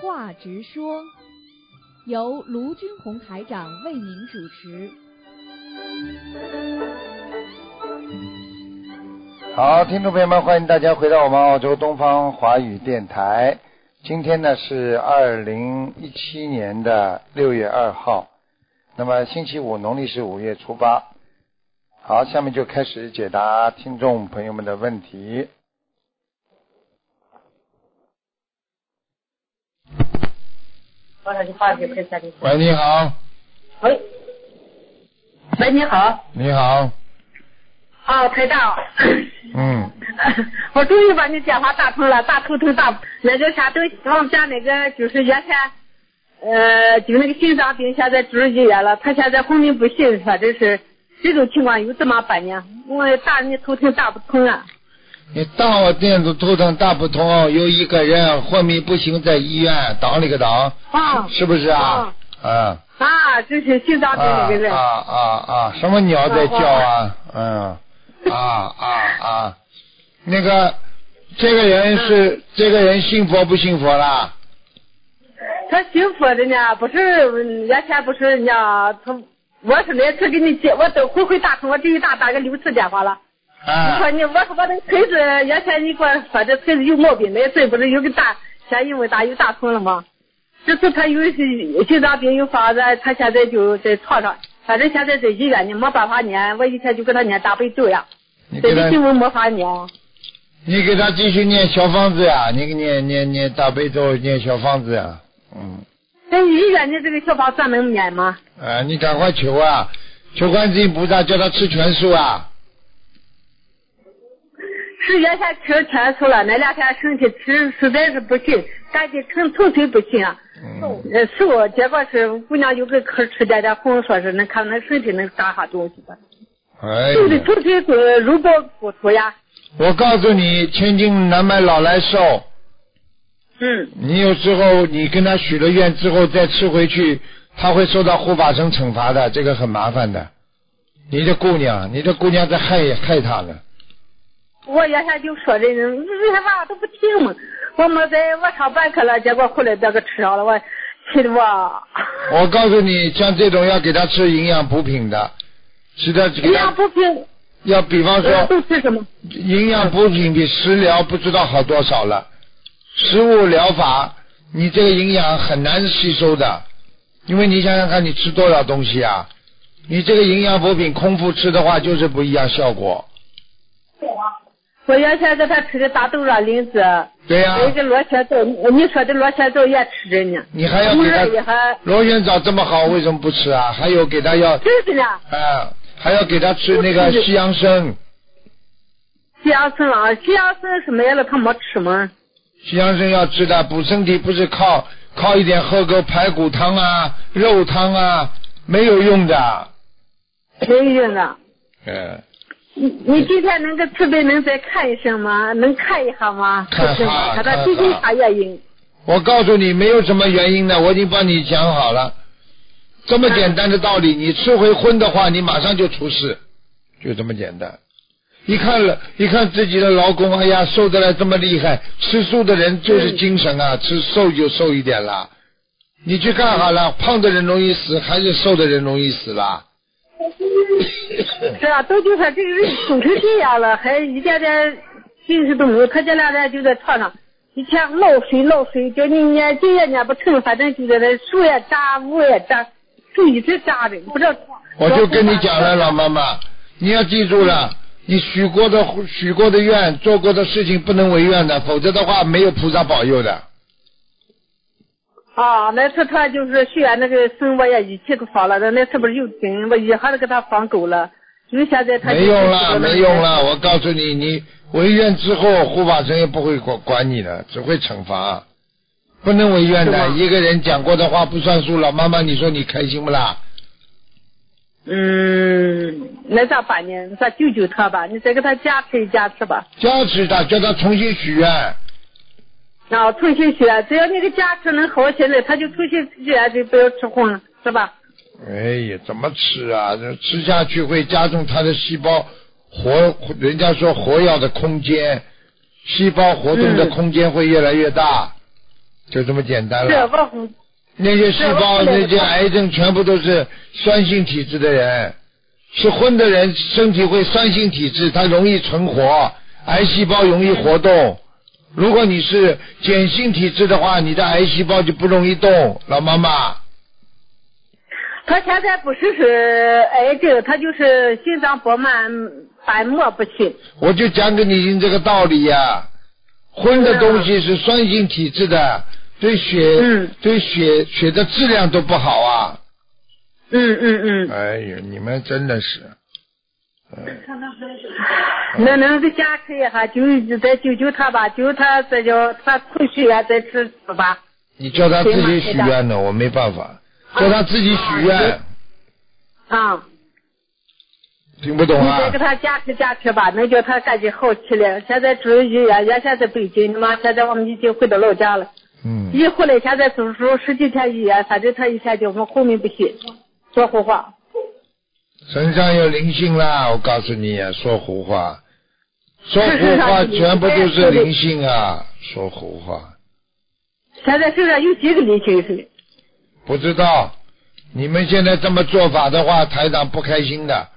话直说，由卢军红台长为您主持。好，听众朋友们，欢迎大家回到我们澳洲东方华语电台。今天呢是二零一七年的六月二号，那么星期五，农历是五月初八。好，下面就开始解答听众朋友们的问题。我上去话去快下去。喂，你好，喂，喂，你好，你好，哦啊，台长，嗯， 我终于把你电话打通了，大头疼大，那个啥都往下那个就是原先，呃，就那个心脏病，现在住了一月了，他现在昏迷不醒，说这是这种情况有这么半年，我打你头疼打不通啊，你大我电子头疼大不通，有一个人昏迷不醒，在医院倒了个倒，啊是不是啊？啊啊，这是心脏啊病那个人，啊啊啊！什么鸟在叫啊？嗯，啊啊啊！那个，这个人是这个人信佛不信佛啦？他信佛的呢，不是嗯原先不是人家他，我是来次给你接，我都回回打通，我这一打打个六次电话了。你啊说你，我说我那个锤子，原先你给我说这锤子有毛病，那这不是有个大前一问大有大通了吗？这次他有心脏病有发热，他现在就在床上，反正现在在医院呢，没办法呢。我以前就给他念大悲咒呀，你这给个他经文没法念。你给他继续念小方子呀，你给念念念大悲咒，念小方子呀，嗯，在医院的这个小方算能念吗？啊，你赶快求啊，求观世音菩萨叫他吃全素啊，是原先吃全素了，那两天身体吃实在是不行，赶紧纯纯粹不行啊。嗯，呃，是我，结果是姑娘有个科吃点点红，说是能看能身体能长下东西的，哎瘦的呀，纯粹是肉包骨头呀。我告诉你，千金难买老来瘦，嗯，你有时候你跟他许了愿之后再吃回去，他会受到护法神惩罚的，这个很麻烦的。你的姑娘，你的姑娘在害害他了，我原先就说这人，这些娃都不听嘛。我没在，我上班去了，结果后来这个吃上了，我气得我。我告诉你，像这种要给他吃营养补品的，吃的给营养他不平，要比方说。都吃什么？营养补品比食疗不知道好多少了。食物疗法，你这个营养很难吸收的，因为你想想看，你吃多少东西啊？你这个营养补品空腹吃的话，就是不一样效果。我原先给他吃的大豆啊、lin子，对呀、还有一个罗旋豆，你说的罗旋豆也吃着呢。你还要红给热也他还，螺旋藻这么好，为什么不吃啊？还有给他要啊、啊就是呢。还要给他吃那个西洋参，西洋参啊，西洋参什么呀了？他没吃吗？西洋参要吃的，补身体不是靠靠一点喝个排骨汤啊、肉汤啊没有用的。没用啊。嗯，你你今天能给慈悲能再看一声吗？能看一下吗？看不行哈吗？他看这最近哈啥原因？我告诉你，没有什么原因的，我已经帮你讲好了。这么简单的道理，你吃回荤的话，你马上就出事，就这么简单。一看了，一看自己的劳工，哎呀，瘦得来这么厉害，吃素的人就是精神啊，吃瘦就瘦一点啦。你去看好了，胖的人容易死，还是瘦的人容易死啦？是啊，都就说这个人肿成这样了，还一点点精神都没有。他这两天就在床上，以前老睡老睡，叫你撵今也撵不成，反正就在那树也扎，我也扎，就一直扎着，不知道。我就跟你讲了，老妈妈，你要记住了，你许过的许过的愿，做过的事情不能违愿的，否则的话没有菩萨保佑的。啊，那次他就是学院那个绳我也一起给放了，那那次不是又紧，我一下子给他放够了，就现在他就没用了，是没用了！我告诉你，你违愿之后，护法神也不会管管你的，只会惩罚。不能违愿是的，吗一个人讲过的话不算数。老妈妈，你说你开心不啦？嗯，那咋办呢？咱救救他吧，你再给他加持一加持吧。加持他，叫他重新许愿。然后重新啊学，只要那个加持能好起来，他就重新学，就不要吃荤了，是吧？哎呀，怎么吃啊？这吃下去会加重他的细胞活，人家说活药的空间，细胞活动的嗯空间会越来越大。就这么简单是啊了。忘红，那些细胞、是我不了那解些癌症，全部都是酸性体质的人，吃荤的人身体会酸性体质，它容易存活，癌细胞容易活动。如果你是碱性体质的话，你的癌细胞就不容易动，老妈妈。他现在不是是癌症，他就是心脏薄满瓣膜不齐。我就讲给你听这个道理呀、荤的东西是酸性体质的，对血、嗯对血血的质量都不好啊。嗯嗯嗯，哎呦，你们真的是， 那能给加持一下，就再救救他吧，救他再叫他出血啊，再吃死吧。你叫他自己许愿呢，我没办法，叫他自己许愿，啊、听不懂你啊再给？他加持加持吧，能叫他感觉好起来。现在住医院，原先啊在北京的嘛，现在我们已经回到老家了。嗯，一回来现在手术十几天医院，反正他一天叫我们后面不行，说胡话。身上有灵性啦，我告诉你、啊，说胡话，说胡话是是是全部都你是这灵性啊，说胡话，现在身上有几个灵性是？不知道。你们现在这么做法的话，台长不开心的。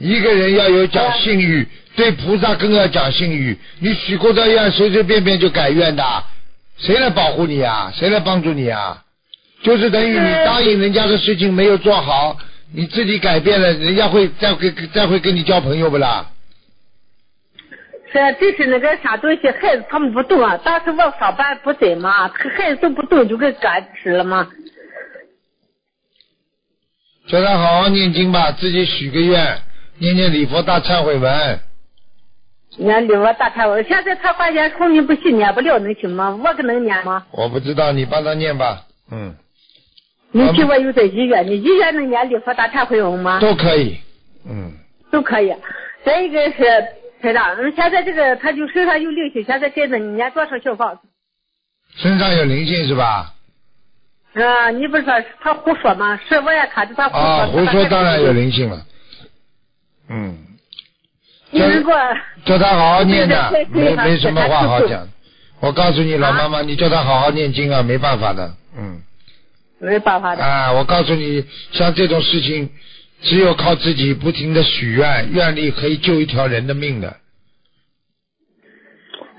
一个人要有讲信誉，对菩萨更要讲信誉。你许过的愿，随随便便就改愿的，谁来保护你啊？谁来帮助你啊？就是等于你嗯答应人家的事情没有做好，你自己改变了，人家会再会再会跟你交朋友不啦？是，啊这是那个啥东西，孩子他们不懂啊。当时我上班不在嘛，孩子都不懂，就给干吃了嘛。叫他好好念经吧，自己许个愿，念念礼佛大忏悔文。俺领我大太我现在他发现红你不信念不了，能行吗？我可能念吗？我不知道，你帮他念吧，嗯，你替我又在医院，你医院能念礼佛大忏悔文吗？都可以，嗯。都可以。再一个是台长，嗯现在这个他就身上有灵性，现在给着你念多少小房子？身上有灵性是吧？啊，你不是说他胡说吗？是我也看着他胡说。啊，胡他说当然有。灵性了。嗯，你能给我？叫他好好念的对，对没对对啊没什么话好讲。我告诉你，老妈妈，你叫他好好念经啊，没办法的。嗯，没办法的。啊，我告诉你，像这种事情，只有靠自己不停的许愿，愿力可以救一条人的命的。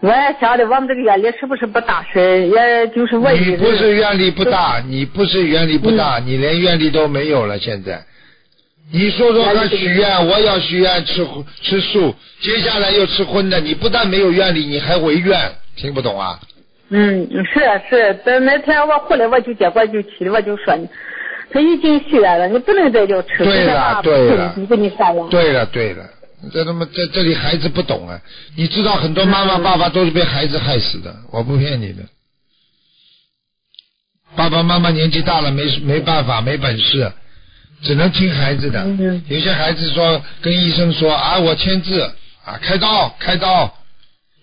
我也想的，我们这个院里是不是不大深？也就是我一你人。嗯不是愿力不大，你不是愿力不大，你连愿力都没有了。现在，你说说看，许愿，我要许愿吃荤吃素，接下来又吃荤的，你不但没有愿力，你还违愿，听不懂啊？嗯，是是，等那天我回来我就结果就去了，我就说你，他已经许愿了，你不能再叫吃。对了对了你给你说了。对了对了，这他妈这这里孩子不懂啊！你知道很多妈嗯妈爸爸都是被孩子害死的，我不骗你的。爸爸妈妈年纪大了，没没办法，没本事，只能听孩子的。嗯 有些孩子说跟医生说啊，我签字啊，开刀开刀，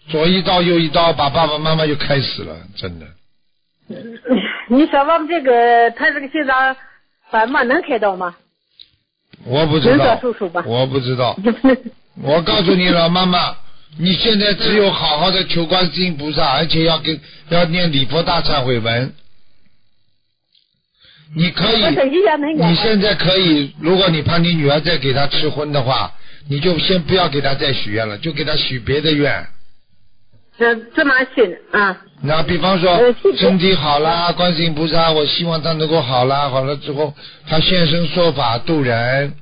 左一刀右一刀，把爸爸妈妈就开死了，真的。你说我们这个他这个心脏瓣膜能开刀吗？我不知能道做手术吧，我不知道，我告诉你了，妈妈，你现在只有好好的求观世音菩萨，而且要跟要念礼佛大忏悔文。你可以我，在医院能你念。现在可以，如果你怕你女儿再给她吃荤的话，你就先不要给她再许愿了，就给她许别的愿。这这么信啊？那比方说呃谢谢身体好啦，观世音菩萨，我希望她能够好啦，好了之后她现身说法度人，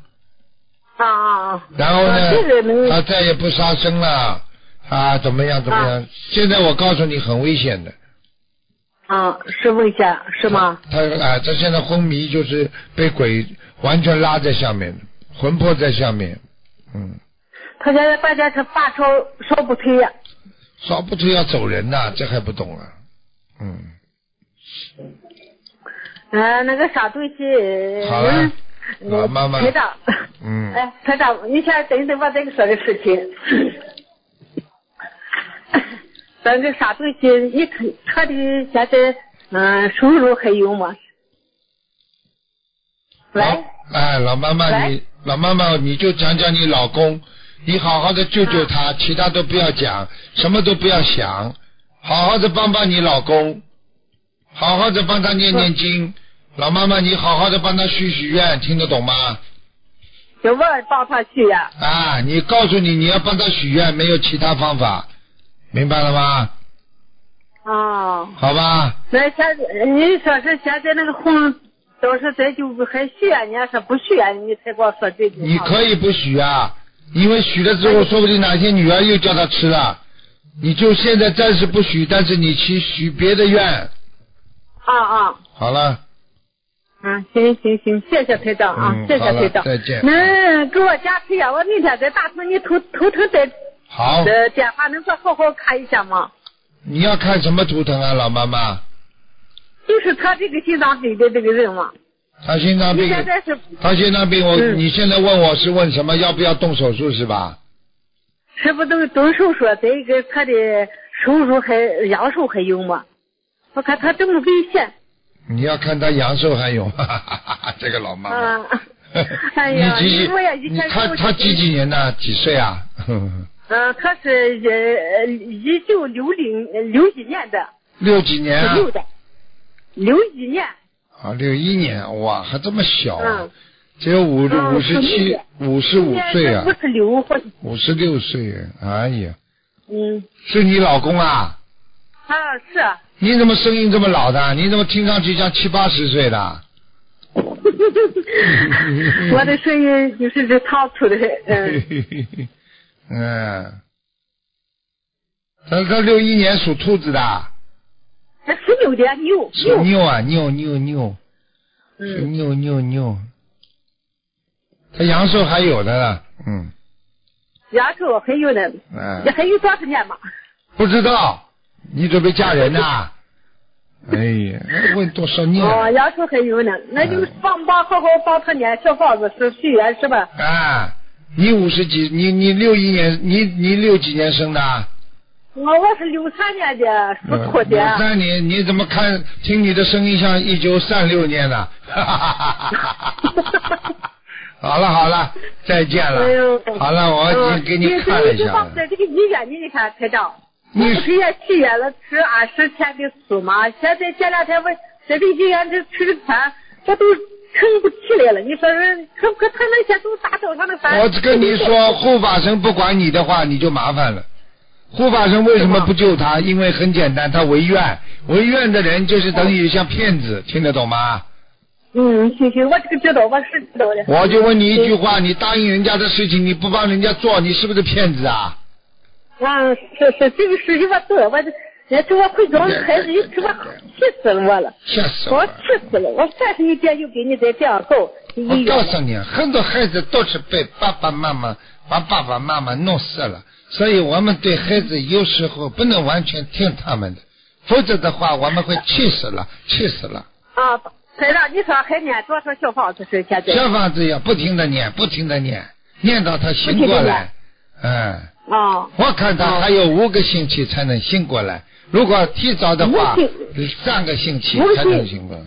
啊啊啊！然后啊这个呢，能他再也不杀生了，啊，怎么样怎么样？现在我告诉你，很危险的，啊，是危险是吗？他啊，他现在昏迷就是被鬼完全拉在下面的，魂魄在下面，嗯，他现在关键是发烧烧不退呀。烧不出要走人呐、这还不懂啊，嗯，呃，那个啥东西，好啊了嗯老妈妈台长，嗯哎，台长，你先等一等，我再给你说个 事情。咱个啥东西，一看他的现在，嗯、收入还有吗？喂，老哎，老妈妈来你老妈妈你就讲讲你老公，你好好的救救他，其他都不要讲，什么都不要想，好好的帮帮你老公，好好的帮他念念经。老妈妈，你好好的帮他许许愿，听得懂吗？就我帮他去呀、啊，你告诉你你要帮他许愿，没有其他方法，明白了吗？啊。好吧，那现在你说是现在那个红都是咱就不还许愿，你要是不许愿，你才给我说这句话。你可以不许啊，因为许了之后，说不定哪天女儿又叫他吃了。你就现在暂时不许，但是你去许别的愿。啊啊好了，啊！行行行，谢谢台长啊，嗯谢谢好了台长。再见能给我加持一下，我明天在大同你头头疼在好，呃电话能给我好好看一下吗？你要看什么图腾啊，老妈妈？就是他这个心脏病的这个人嘛，他心脏你病，现在是他心脏病，我、嗯你现在问我是问什么？要不要动手术是吧？是不都动手术？再一个他的手术还阳寿还有吗？我看他这么危险你要看他阳寿还有，哈哈哈哈 这个老妈妈。啊！哎呀，你几几我也？一你天他就他几几年的？几岁啊？ 嗯，他是呃一九六零呃六几年的，六几年啊？六的，六一年。啊，六一年，哇，还这么小啊嗯！只有五嗯五十七、五十五岁啊五，十六或五十六岁啊，哎呀，嗯是你老公啊？啊是啊， 你怎么声音这么老的？你怎么听上去像七八十岁的？我的声音就是这唱出的， 嗯，嗯，他他六一年属兔子的，那十六点牛属牛，牛啊，牛牛牛，属嗯，牛牛牛，他阳寿还有的呢，嗯，然后还有呢，哎、这 还有多少年嘛？不知道，你准备嫁人呐、哎呀，那问多少年？啊哦，然后还有呢，那嗯就帮帮好好帮他念小房子是许愿是吧？啊，你五十几，你你六一年，你你六几年生的啊？我我是六三年啊的，属嗯兔的，六三年，你怎么看？听你的声音像一九三六年 的，哈哈哈哈哈哈！好了好了，再见了。哎呦好了，我已经嗯给你看了一你下了。在这个医院里，你看台长，你我不是也去院了吃二十天的素吗？现在前两天我在这医院这吃的饭，这都撑不起来了。你说是可可他那些都打到上的饭？我跟你说，护法神不管你的话，你就麻烦了。护法神为什么不救哎他？因为很简单，他违愿，违愿的人就是等于像骗子，听得懂吗？嗯，行行，我这个知道，我是知道的。 我就问你一句话，你答应人家的事情，你不帮人家做，你是不是骗子啊？嗯，是是，这个事情我知道，我这人家我回家孩子一吃，我气死了我了，吓死我我了！气死了，我三十一天又给你再这样搞，你我医院告了诉你，很多孩子都是被爸爸妈妈把爸爸妈妈弄死了，所以我们对孩子有时候不能完全听他们的，否则的话我们会气死了，气死了。啊，台长，你说还念多少小房子是现在？小房子要不停的念，不停的念，念到他醒过来。嗯，啊，我看他还有五个星期才能醒过来。如果提早的话五个，上个星期五个才星能醒过来。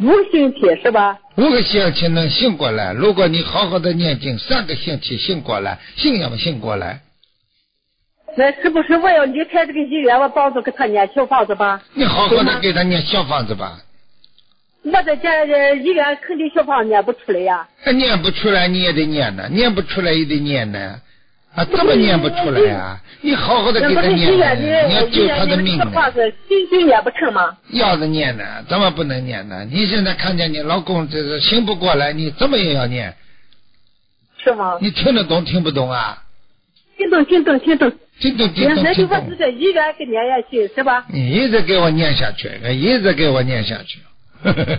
五个星期是吧？五个星期能醒过来，如果你好好的念经，上个星期醒过来，醒也不醒过来。那是不是我要离开这个医院，我帮着给他念小房子吧？你好好行的吗给他念小房子吧，我在家呃医院肯定小房子念不出来呀、哎念不出来你也得念呢，念不出来也得念呢，啊，怎么念不出来啊？你好好的那给不他是念医呢，院里，你要医救他院的里命那个呢小。房子心经念不成吗？要着念呢，怎么不能念呢？你现在看见你老公这是醒不过来，你怎么也要念？是吗？你听得懂听不懂啊？听懂听懂听懂，听懂听那懂那就听我只懂。在医院给念下去是 吧？你一直给我念下去，一直给我念下去。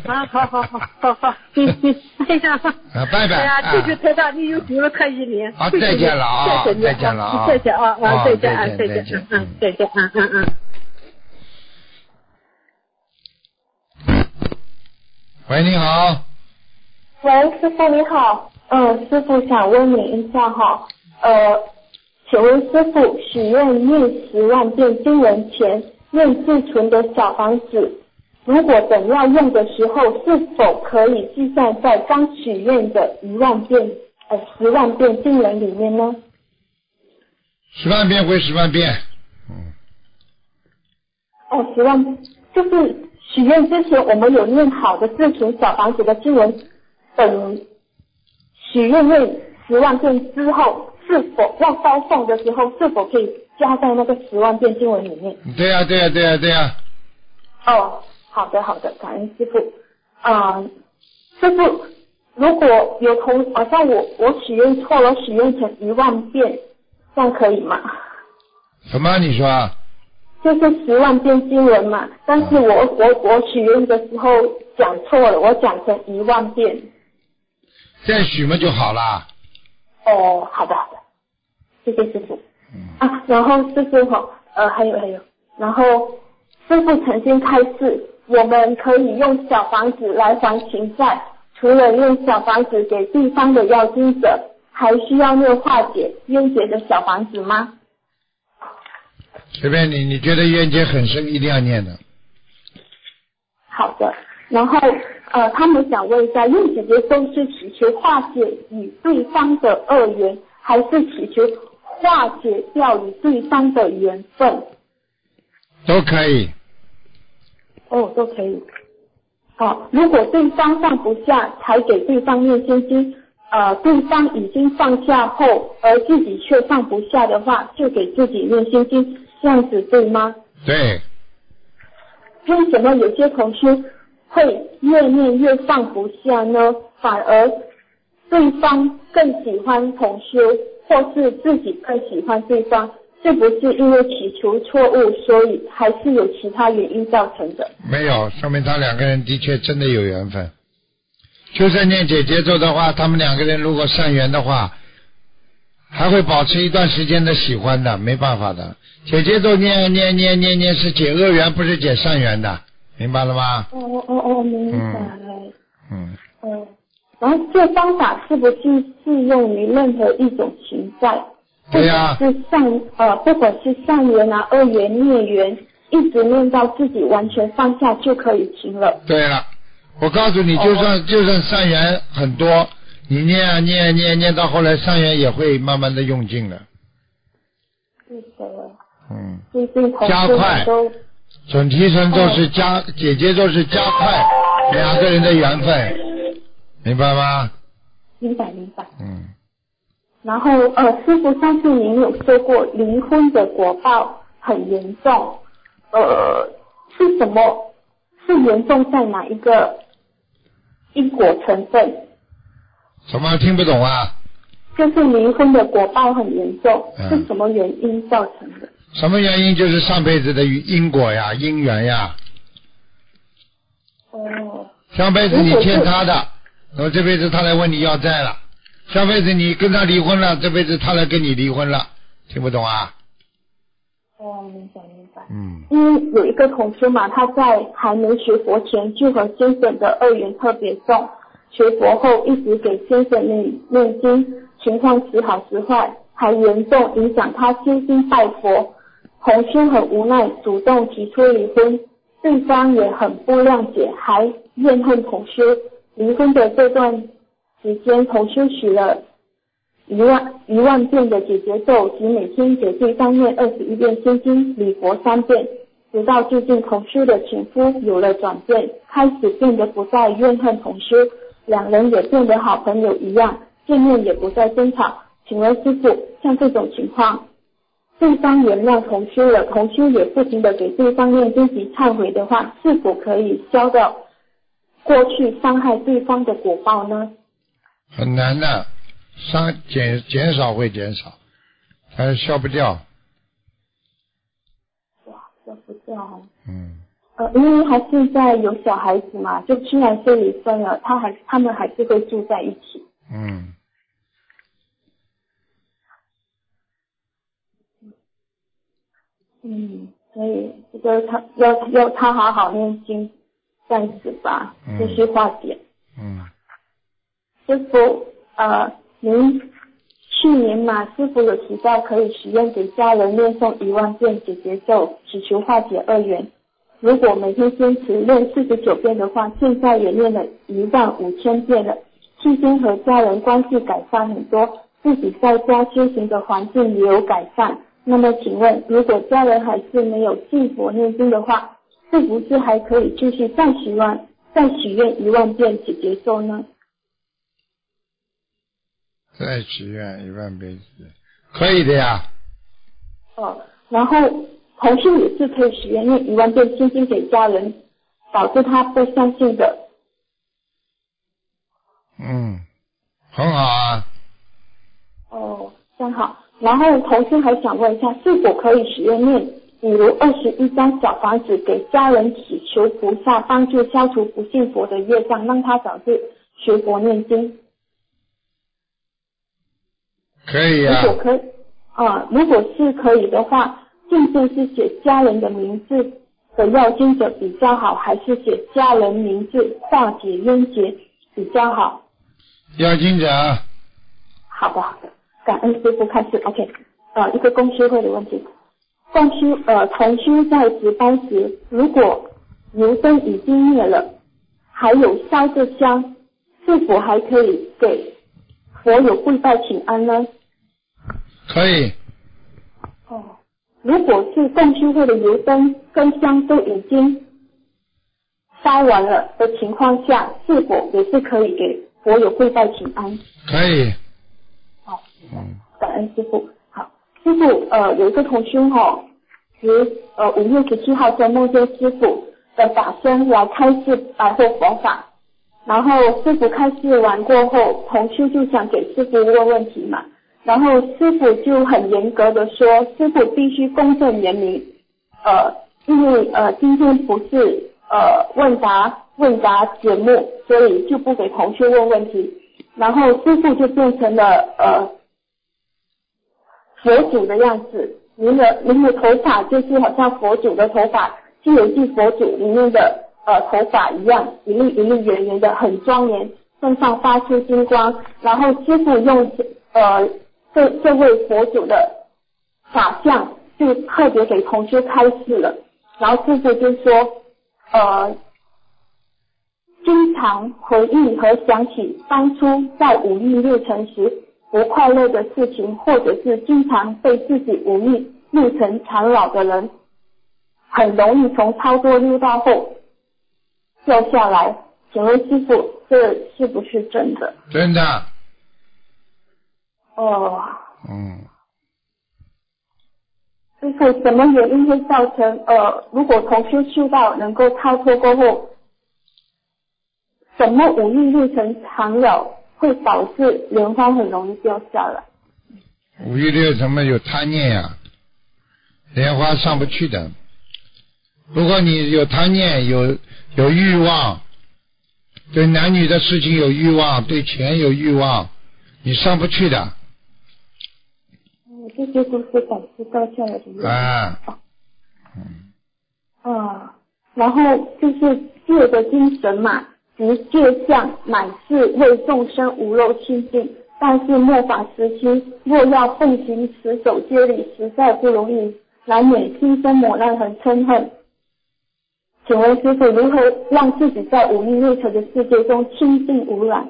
啊，好好好好好，嗯嗯，哎呀，啊拜拜哎呀，啊谢谢台长，你有福了，太一你。好再见了啊谢谢你再见了啊谢谢啊啊啊，再见啊，再再见见，再见嗯，再见，嗯嗯嗯。 喂，你好，喂，师傅你好，嗯，师傅想问你一下哈，呃，请问师傅许愿念十万遍经文前念自存的小房子，如果等要用的时候，是否可以计算在刚许愿的一万遍呃十万遍经文里面呢？十万遍归十万遍，嗯，哦，十万就是许愿之前，我们有念好的自存小房子的经文，等许愿念十万遍之后，是否要烧送的时候，是否可以加在那个十万遍经文里面？对呀、对呀、对呀、对呀、哦，好的好的，感恩师傅。啊、师傅，如果有同好像我我许愿错了，许愿成一万遍，这样可以吗？什么？你说啊？就是十万遍经文嘛，但是我我我许愿的时候讲错了，我讲成一万遍。再许嘛就好啦。哦，好的好的，谢谢师傅。嗯啊，然后师傅哈，呃，还有还有，然后师傅曾经开示，我们可以用小房子来还情债，除了用小房子给地方的要经者，还需要念化解冤结的小房子吗？随便你，你觉得冤结很深，一定要念的。好的，然后呃，他们想问一下，用姐姐都是祈求化解与对方的恶缘，还是祈求化解掉与对方的缘分？都可以，哦，都可以。好、如果对方放不下，才给对方念心经。呃，对方已经放下后，而自己却放不下的话，就给自己念心经，这样子对吗？对，为什么有些同修会越念越放不下呢？反而对方更喜欢同修，或是自己更喜欢对方，是不是因为祈求错误，所以还是有其他原因造成的？没有，说明他两个人的确真的有缘分。就算念姐姐咒的话，他们两个人如果善缘的话，还会保持一段时间的喜欢的，没办法的。姐姐咒念念念念念是解恶缘，不是解善缘的，明白了吗？哦哦哦，明白了嗯，嗯，然后这方法是不是适用于任何一种情债？对呀不管是善呃，不管是善缘啊、恶缘、孽缘，一直念到自己完全放下就可以停了。对了，我告诉你，就算、就算善缘很多，你念啊念啊念啊念到后来，善缘也会慢慢的用尽的。是的，嗯，最近同加事快们都准提神咒是加，姐姐咒是加快两个人的缘分，明白吗？明白明白。嗯，然后呃，师傅上次您有说过离婚的果报很严重，呃，是什么？是严重在哪一个因果成分？什么听不懂啊？就是离婚的果报很严重，嗯是什么原因造成的？什么原因？就是上辈子的因果呀、因缘呀。哦，上辈子你欠他的，然后这辈子他来问你要债了；上辈子你跟他离婚了，这辈子他来跟你离婚了，听不懂啊？哦，明白明白。嗯，因为有一个同学嘛，他在还没学佛前就和先生的恶缘特别重，学佛后一直给先生念念经，情况时好时坏，还严重影响他修心拜佛。同修很无奈，主动提出离婚，对方也很不谅解，还怨恨同修。离婚的这段时间，同修许了一万一万遍的解决咒，及每天给对方念二十一遍心经、礼佛三遍，直到最近同修的情夫有了转变，开始变得不再怨恨同修，两人也变得好朋友一样，见面也不再争吵。请问师傅，像这种情况，对方原谅同修了，同修也不停的给对方念经及忏悔的话，是否可以消掉过去伤害对方的果报呢？很难的，伤减减少会减少，但是消不掉。哇，这不掉哦。嗯，呃，因为还是在有小孩子嘛，就虽然是离婚了，他还他们还是会住在一起。嗯，嗯，所以这个他要要他好好念经，暂时吧嗯，就是化解。嗯，师傅，呃，您去年嘛，师傅有提到可以许愿给家人念诵一万遍解结咒，祈求化解恶缘。如果每天坚持念四十九遍的话，现在也念了一万五千遍了。期间和家人关系改善很多，自己在家修行的环境也有改善。那么请问，如果家人还是没有信佛念经的话，是不是还可以继续再许愿，再许愿一万遍解结咒呢？再许愿一万遍，可以的呀。哦，然后同性也是可以许愿念一万遍心经给家人，导致他不相信的。嗯，很好啊。哦，真好。然后同性还想问一下，是否可以许愿念，比如二十一张小房子给家人祈求菩萨帮助消除不信佛的业障，让他早日学佛念经？可以如呀、果可以，啊、如果是可以的话，进度是写家人的名字的要经者比较好，还是写家人名字化解冤结比较好？要经者啊，好的，好的，感恩师傅开始。OK，呃，一个供修会的问题，供修呃同修在值班时，如果油灯已经灭了，还有烧着香，是否还可以给佛友跪拜请安呢？可以。哦，如果是共修会的油灯跟香都已经烧完了的情况下，是否也是可以给佛友跪拜请安？可以，好，嗯，感恩师傅。好，师傅，呃，有一个同修哈、哦，十呃五月十七号在梦见师傅的法身来开示白货佛法，然后师傅开示完过后，同修就想给师傅问问题嘛，然后师傅就很严格的说，师傅必须公正严明，呃，因为呃今天不是呃问答问答节目，所以就不给同学问问题。然后师傅就变成了呃佛祖的样子，您的您的头发就是好像佛祖的头发，《西游记》佛祖里面的呃头发一样，一粒一粒圆圆的，很庄严，身上发出金光。然后师傅用呃这这位佛祖的法相，就特别给同修开示了。然后师傅就说，呃，经常回忆和想起当初在五欲六尘时不快乐的事情，或者是经常被自己五欲六尘缠绕的人，很容易从超多六道后掉下来。请问师傅，这是不是真的？真的，哦，嗯，师傅，什么原因会造成呃，如果同修修道能够超脱过后，什么五欲六尘缠绕会导致莲花很容易掉下来？五欲六什么有贪念呀、莲花上不去的。如果你有贪念，有有欲望，对男女的事情有欲望，对钱有欲望，你上不去的嗯，这些都是导致掉下来的原因。啊。啊，然后就是戒的精神嘛，即戒相乃是为众生无漏清净。但是末法时期，若要奉行持守戒律，实在不容易，难免心生磨难和嗔恨。请问师傅，如何让自己在五欲六尘的世界中清净无染？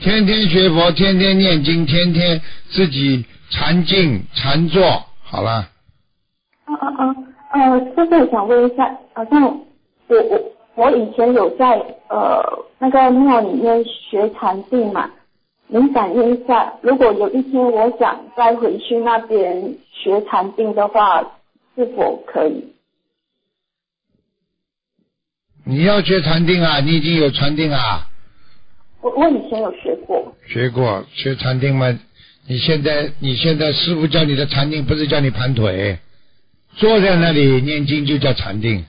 天天学佛，天天念经，天天自己禅静禅坐，好了。啊啊啊！呃，师傅想问一下，好像我我我以前有在呃那个庙里面学禅定嘛，您感应一下，如果有一天我想再回去那边学禅定的话，是否可以？你要学禅定啊，你已经有禅定啊。我我以前有学过，学过学禅定吗？你现在你现在师傅教你的禅定不是叫你盘腿，坐在那里念经就叫禅定，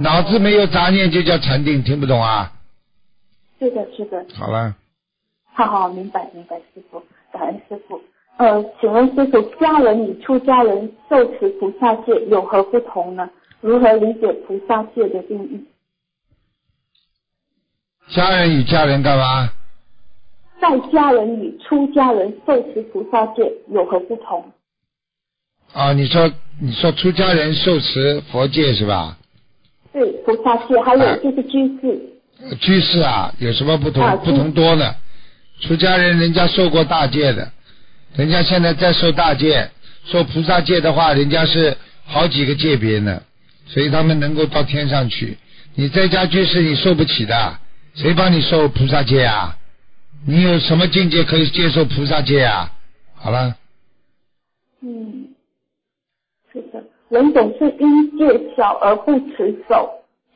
脑子没有杂念就叫禅定，听不懂啊？是的，是的。好了，好好，明白明白，师傅，感恩师傅。呃，请问师傅，家人与出家人受持菩萨戒有何不同呢？如何理解菩萨戒的定义？家人与家人干嘛？在家人与出家人受持菩萨戒有何不同？啊，你说你说出家人受持佛戒是吧？对，菩萨戒，还哎有就是居士，呃居士啊，有什么不同、啊不同多呢？出家人人家受过大戒的，人家现在在受大戒，受菩萨戒的话，人家是好几个戒别呢。所以他们能够到天上去。你在家居士你受不起的，谁帮你受菩萨戒啊？你有什么境界可以接受菩萨戒啊？好了，嗯，是的，人总是因戒小而不持守，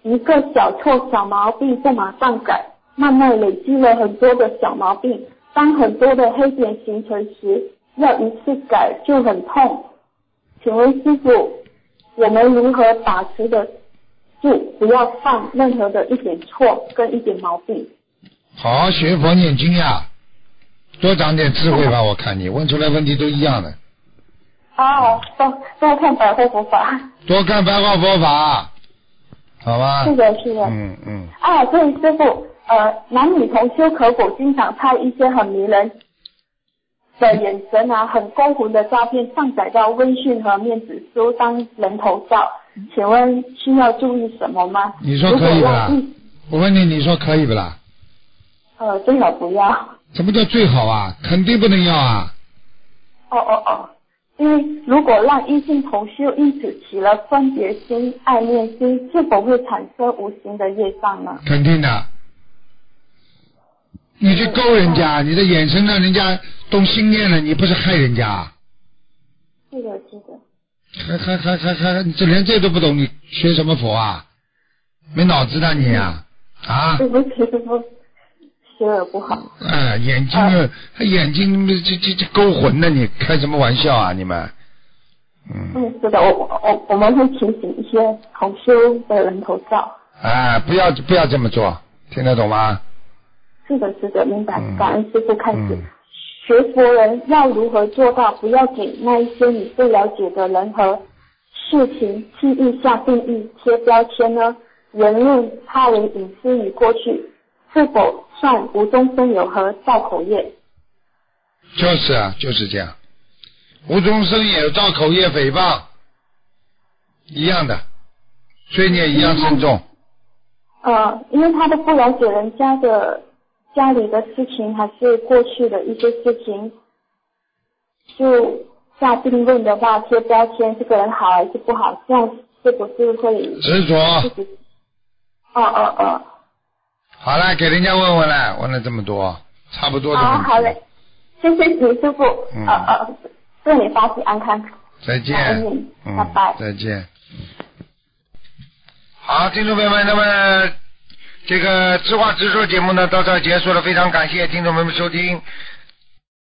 一个小错小毛病不马上改，慢慢累积了很多的小毛病。当很多的黑点形成时，要一次改就很痛。请问师傅，我们如何把持得住，不要犯任何的一点错跟一点毛病？好好学佛念经呀、多长点智慧嗯吧。我看你问出来问题都一样的，哦，多多看百货佛法。多看白话佛法，好吧？是的，是的。嗯嗯，啊，对，师傅，呃，男女同修可否经常拍一些很迷人的眼神啊、很勾魂的照片上载到微信和面子书当人头照？请问需要注意什么吗？嗯你说可以如果吧要一？我问你，你说可以不啦？呃，最好不要。什么叫最好啊？肯定不能要啊！哦哦哦，因为如果让异性同修因此起了分别心、爱恋心，是否会产生无形的业障呢？肯定的。你去勾人家，你的眼神让人家动心念了，你不是害人家啊？是的，是的。还还还还还，你这连这都不懂，你学什么佛啊？没脑子的你啊！啊对，不起，师傅，学的不好。哎，眼睛啊，眼睛这这这勾魂呢？你开什么玩笑啊？你们，嗯，嗯，是的，我我我我们会提醒一些同修的人头照。哎，不要不要这么做，听得懂吗？是的，是的，明白嗯。感恩师傅开始。嗯学佛人要如何做到不要给那一些你不了解的人和事情轻易下定义、贴标签呢？言论他人隐私已过去，是否算无中生有和造口业？就是啊，就是这样，无中生有，造口业，诽谤，一样的，罪孽一样深重。呃，因为他都不了解人家的家里的事情，还是过去的一些事情，就下定论的话，贴标签，这个人好还是不好，这样是不是会执自着，己？哦哦哦，好了，给人家问问了，问了这么多，差不多的问好题。好嘞，谢谢你师傅，嗯呃呃，祝你法体安康。再感见恩您，嗯，拜拜再见。好，听众朋友们，那么这个知话直说节目呢到这儿结束了，非常感谢听众朋友们收听。